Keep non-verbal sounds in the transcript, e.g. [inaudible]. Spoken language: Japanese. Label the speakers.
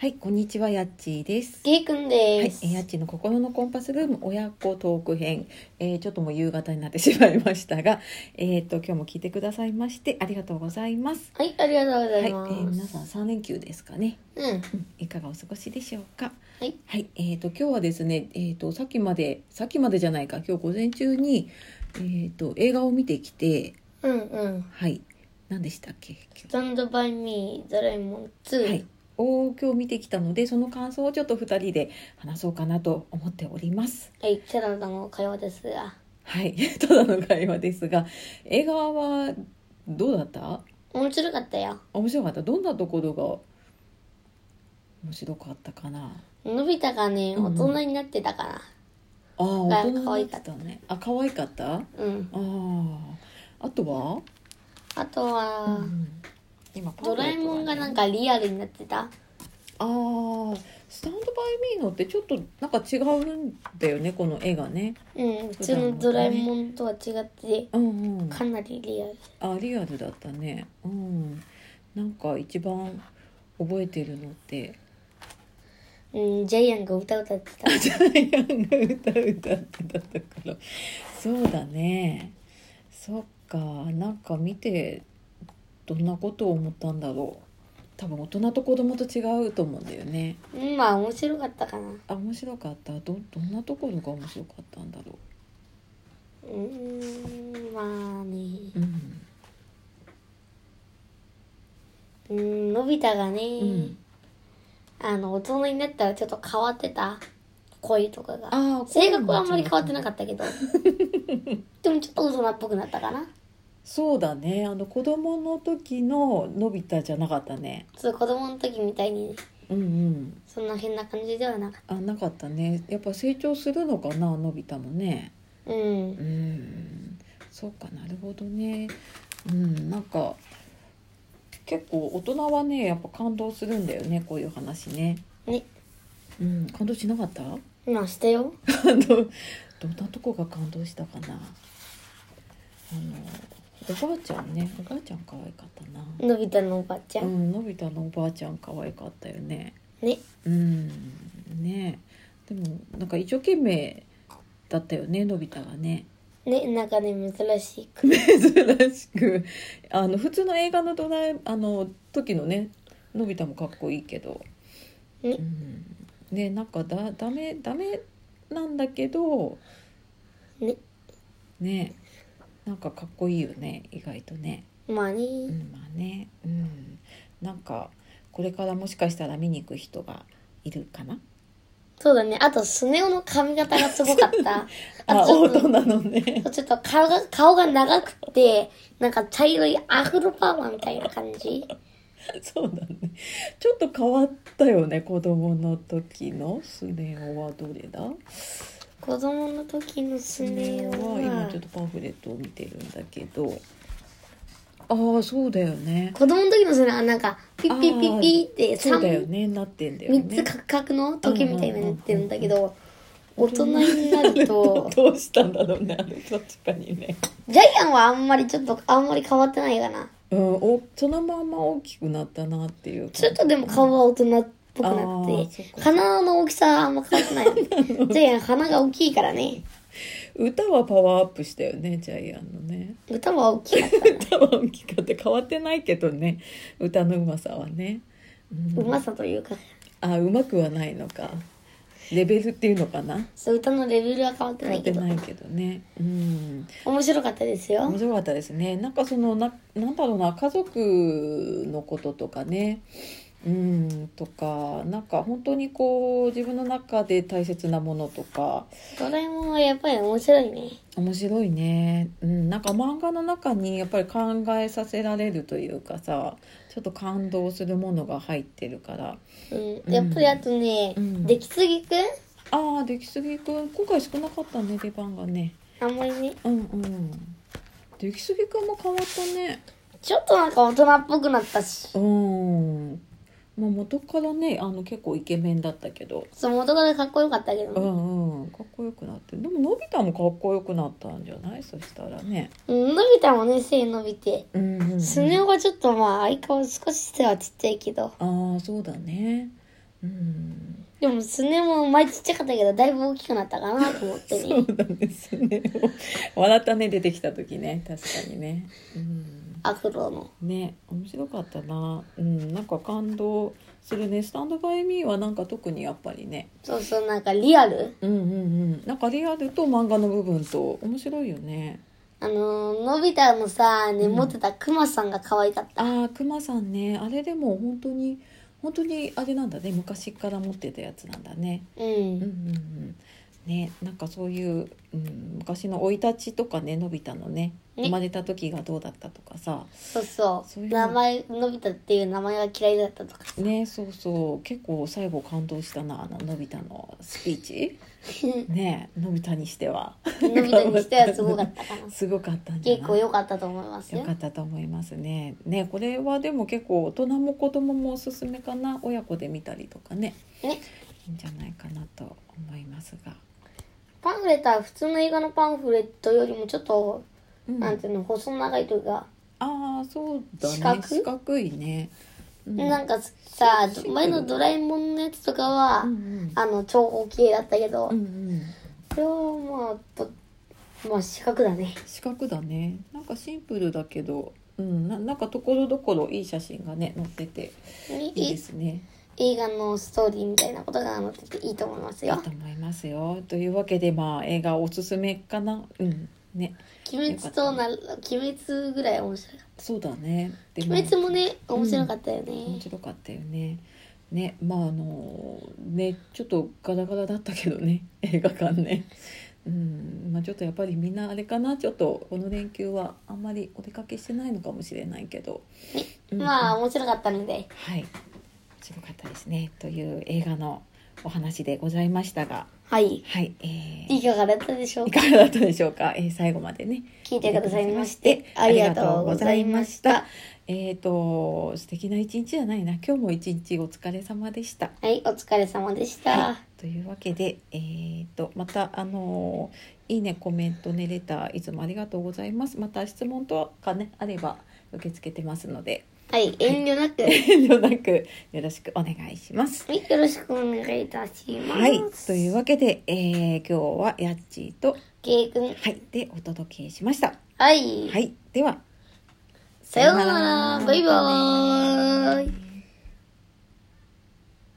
Speaker 1: はい、こんにちは、やっちーです。
Speaker 2: りくん
Speaker 1: はい、え
Speaker 2: です。
Speaker 1: ーやっちーの心のコンパスルーム親子トーク編、えーちょっともう夕方になってしまいましたが、 [laughs] えっ、と今日も聞いてくださいましてありがとうございます。
Speaker 2: はい、ありがとうござ
Speaker 1: はい、
Speaker 2: い
Speaker 1: え
Speaker 2: ます。
Speaker 1: ー皆さん三連休ですかね。
Speaker 2: うん、
Speaker 1: うんいかがお過ごしでしょうか。
Speaker 2: はい、
Speaker 1: えっ、と今日はですね、えっ、とさっきまでさっきまでじゃないか、今日午前中にえっ、と映画を見てきて、
Speaker 2: うん、うん。
Speaker 1: はい、何でしたっけ？今日
Speaker 2: スタンドバイミー、ドラえもん2。
Speaker 1: はい、を今日見てきたのでその感想をちょっと2人で話そうかなと思っております。
Speaker 2: はい、キャラの会話ですが。
Speaker 1: はい、 [laughs] ただの会話ですが映画はどうだった
Speaker 2: 面白かったよ。
Speaker 1: 面白かったどんなところが面白かったかな
Speaker 2: のび太がね、
Speaker 1: うん
Speaker 2: 大人になってたか
Speaker 1: ああ
Speaker 2: あ
Speaker 1: 大人になってたねあ可愛かったあ
Speaker 2: ら。うん。
Speaker 1: ああとは、
Speaker 2: あとは、
Speaker 1: うん今パン
Speaker 2: ド
Speaker 1: フレ
Speaker 2: ラえ
Speaker 1: ットがね
Speaker 2: もんがなんかリアルになってた。
Speaker 1: あースタンドバイミーのってちょっとなんか違うんだよねこの絵がね
Speaker 2: うん、普通のドラえもんとは違って、
Speaker 1: うんうん
Speaker 2: かなりリアル。
Speaker 1: あリアルだったねうんなんか一番覚えてるのって
Speaker 2: うん、ジャイアンが歌歌って
Speaker 1: [laughs]
Speaker 2: た。
Speaker 1: ジャイアンが歌う歌ってたところそうだねそっかなんか見てどんなことを思ったんだろう多分大人と子供と違うと思うんだよね
Speaker 2: うん、まあ面白かったかな。
Speaker 1: あ面白かったどどんなところが面白かったんだろ
Speaker 2: うん、まあね
Speaker 1: う。うん、
Speaker 2: うん、のび太がね、
Speaker 1: うん、
Speaker 2: あの大人になったらちょっと変わってた声とかが
Speaker 1: あー
Speaker 2: 性格はあんまり変わってなかったけど [laughs] でもちょっと大人っぽくなったかな
Speaker 1: そうだねあの子供の時ののび太じゃなかったね
Speaker 2: そう子供の時みたいにね
Speaker 1: うんうん
Speaker 2: そんな変な感じではなかっ
Speaker 1: あなかったねやっぱ成長するのかなのび太もね
Speaker 2: たうん
Speaker 1: うんそうかなるほどねうんなんか結構大人はねやっぱ感動するんだよねこういう話ね
Speaker 2: ね
Speaker 1: うん感動しなかったあ
Speaker 2: まあしたよ
Speaker 1: のどんなとこが感動したかなあのおばあちゃんねおばあちゃん可愛かったな
Speaker 2: のび太のおばあちゃ、
Speaker 1: うんんのび太のおばあちゃん可愛かったよね
Speaker 2: ね
Speaker 1: うんねでもなんか一生懸命だったよねのび太が
Speaker 2: [laughs]
Speaker 1: ね
Speaker 2: ねなんかね珍しいく
Speaker 1: 珍しくあの普通の映画のドラえあの時のねのび太もかっこいいけど、
Speaker 2: ね
Speaker 1: うん、ねなんかだダメダメなんだけど
Speaker 2: ね
Speaker 1: ねなんかかっこいいよね意外とね。
Speaker 2: まあね
Speaker 1: うん、まあね、うん、なんかこれからもしかしたら見に行く人がいるかな。
Speaker 2: そうだねあとスネ夫の髪型がすごかった [laughs]
Speaker 1: あ、
Speaker 2: ちょ
Speaker 1: 大
Speaker 2: っと
Speaker 1: 人のね。 [laughs]
Speaker 2: ちょっと顔が、顔が長くて、なんか茶色いアフロパーマみたいな感じ
Speaker 1: そうだね。ちょっと変わったよね、子供の時のスネ夫はどれだ。
Speaker 2: 子供の時のスネ夫
Speaker 1: は今
Speaker 2: は
Speaker 1: ちょっとパンフレットを見てるんだけど。ああ、そうだよね。
Speaker 2: 子供の時のスネ夫はなんかピッピッピッピッって
Speaker 1: そうだよ
Speaker 2: 三
Speaker 1: ね、なってんだよ
Speaker 2: 三つ
Speaker 1: ね。
Speaker 2: 角角の時計みたいになってるんだけど大人になると
Speaker 1: [laughs] どうしたんだろうね、あれ確かにね。
Speaker 2: ジャイアンはあんまりちょっとあんまり変わってないかな
Speaker 1: うん、お、そのまま大きくなったなっていう感じ。
Speaker 2: ちょっとでも顔は大人っぽく
Speaker 1: あ
Speaker 2: なっ
Speaker 1: ーそ
Speaker 2: て
Speaker 1: っか
Speaker 2: 鼻の大きさはあんま変わってないよね
Speaker 1: [laughs]
Speaker 2: ジャイアン鼻が大きいからね
Speaker 1: 歌はパワーアップしたよねジャイアンのね
Speaker 2: 歌は大きかったな
Speaker 1: 歌は大きかった変わってないけどね歌のうまさはね、うん
Speaker 2: うまさというか
Speaker 1: あうまくはないのかレベルっていうのかな
Speaker 2: そう歌のレベルは変わってな
Speaker 1: 変わ
Speaker 2: い
Speaker 1: っ
Speaker 2: け
Speaker 1: て
Speaker 2: ど
Speaker 1: ないけどねうん
Speaker 2: 面白かったですよ
Speaker 1: 面白かったですねなんかそのななんだろうな家族のこととかねうんとかなんか本当にこう自分の中で大切なものとか
Speaker 2: ドラえもんはやっぱり面白いね
Speaker 1: 面白いね、うん、なんか漫画の中にやっぱり考えさせられるというかさちょっと感動するものが入ってるから
Speaker 2: うん、やっぱりあとね、
Speaker 1: うん
Speaker 2: 出来すぎくん
Speaker 1: ああ出来すぎくん今回少なかったね出番がね
Speaker 2: あんまりね
Speaker 1: うんうん出来すぎくんも変わったね
Speaker 2: ちょっとなんか大人っぽくなったし
Speaker 1: うんまあ元からねあの結構イケメンだったけど
Speaker 2: そう元からかっこよかったけ
Speaker 1: う
Speaker 2: ど、
Speaker 1: んうんかっこよくなってでものび太もかっこよくなったんじゃないそしたらね
Speaker 2: うん、伸びたもんね背伸びて
Speaker 1: うんうんうん
Speaker 2: スネ夫がちょっとまあ相変わらず少し背はちっちゃいけど
Speaker 1: ああそうだねうん
Speaker 2: でもスネも前ちっちゃかったけどだいぶ大きくなったかなと思って
Speaker 1: そ
Speaker 2: ね
Speaker 1: うなんですね笑ったね出てきた時ね確かにね、うん、
Speaker 2: アフロの
Speaker 1: ね面白かったなうんなんか感動するね「スタンドバイミーはなんか特にやっぱりね
Speaker 2: そうそうなんかリアル
Speaker 1: うんうんうんなんかリアルと漫画の部分と面白いよね
Speaker 2: あのーのび太のさね持ってたクマさんが可愛かった、
Speaker 1: ああくまさんねあれでも本当に本当にあれなんだね昔から持ってたやつなんだね
Speaker 2: うん
Speaker 1: うんうんうんね、なんかそういう、うん、昔の生い立ちとかねのび太のね
Speaker 2: ね
Speaker 1: 生まれた時がどうだったとかさ
Speaker 2: そうそう
Speaker 1: そういうの
Speaker 2: 名前のび太っていう名前が嫌いだったとか
Speaker 1: ねそうそう結構最後感動したなあののび太のスピー
Speaker 2: [laughs]
Speaker 1: チねのび太にしては
Speaker 2: のび太にしてはすごかったかな
Speaker 1: すごかったんじゃない
Speaker 2: 結構良かったと思います
Speaker 1: よ
Speaker 2: よ
Speaker 1: かったと思いますね。ねこれはでも結構大人も子供もおすすめかな親子で見たりとかね
Speaker 2: ね
Speaker 1: いいんじゃないかなと思いますが。
Speaker 2: パンフレットは普通の映画のパンフレットよりもちょっと、
Speaker 1: うん
Speaker 2: なんていうの細長いというか、
Speaker 1: ああそうだね
Speaker 2: 四角
Speaker 1: 四角いね。うん
Speaker 2: なんかさ
Speaker 1: そうそう
Speaker 2: 前の「ドラえもん」のやつとかは、
Speaker 1: うんうん
Speaker 2: あの長方形だったけど、
Speaker 1: うんうん、
Speaker 2: これはまあとまあ四角だね
Speaker 1: 四角だねなんかシンプルだけど、うん、ななんかところどころいい写真がね載ってていい
Speaker 2: い
Speaker 1: ですね
Speaker 2: 映画のストーリーみたいなことが載ってていいと思います
Speaker 1: いい
Speaker 2: よ
Speaker 1: と思いますよというわけでまあ映画おすすめかなうんね
Speaker 2: 「鬼滅」とな「鬼滅」ぐらい面白い
Speaker 1: そうだねで
Speaker 2: 鬼滅もね面白かったよね、
Speaker 1: 面白かったよねねまああのねちょっとガラガラだったけどね [laughs] 映画館ねうんまあちょっとやっぱりみんなあれかなちょっとこの連休はあんまりお出かけしてないのかもしれないけど、うん
Speaker 2: まあ面白かったので
Speaker 1: はい、面白かったですねという映画のお話でございましたが、
Speaker 2: はい
Speaker 1: はい、えー
Speaker 2: いかがだったでしょう
Speaker 1: い
Speaker 2: か
Speaker 1: かがだったでしょうか、えー最後までね
Speaker 2: 聞いてくださいましてありがとうございました。
Speaker 1: えっ、と素敵な一日じゃないな、今日も一日お疲れ様でした。
Speaker 2: はいお疲れ様でした、
Speaker 1: はい、というわけで、えー、とまたあのーいいねコメントねレターいつもありがとうございますまた質問とかねあれば受け付けてますので
Speaker 2: はい、遠慮なく、は
Speaker 1: 遠慮なくよろしくお願いします。
Speaker 2: い、よろしくお願いいたします。
Speaker 1: はい、というわけで、えー今日はやっちーと
Speaker 2: けいくん、
Speaker 1: はいでお届けしました。
Speaker 2: はい、
Speaker 1: はい、では
Speaker 2: さようなら、バイバーイ。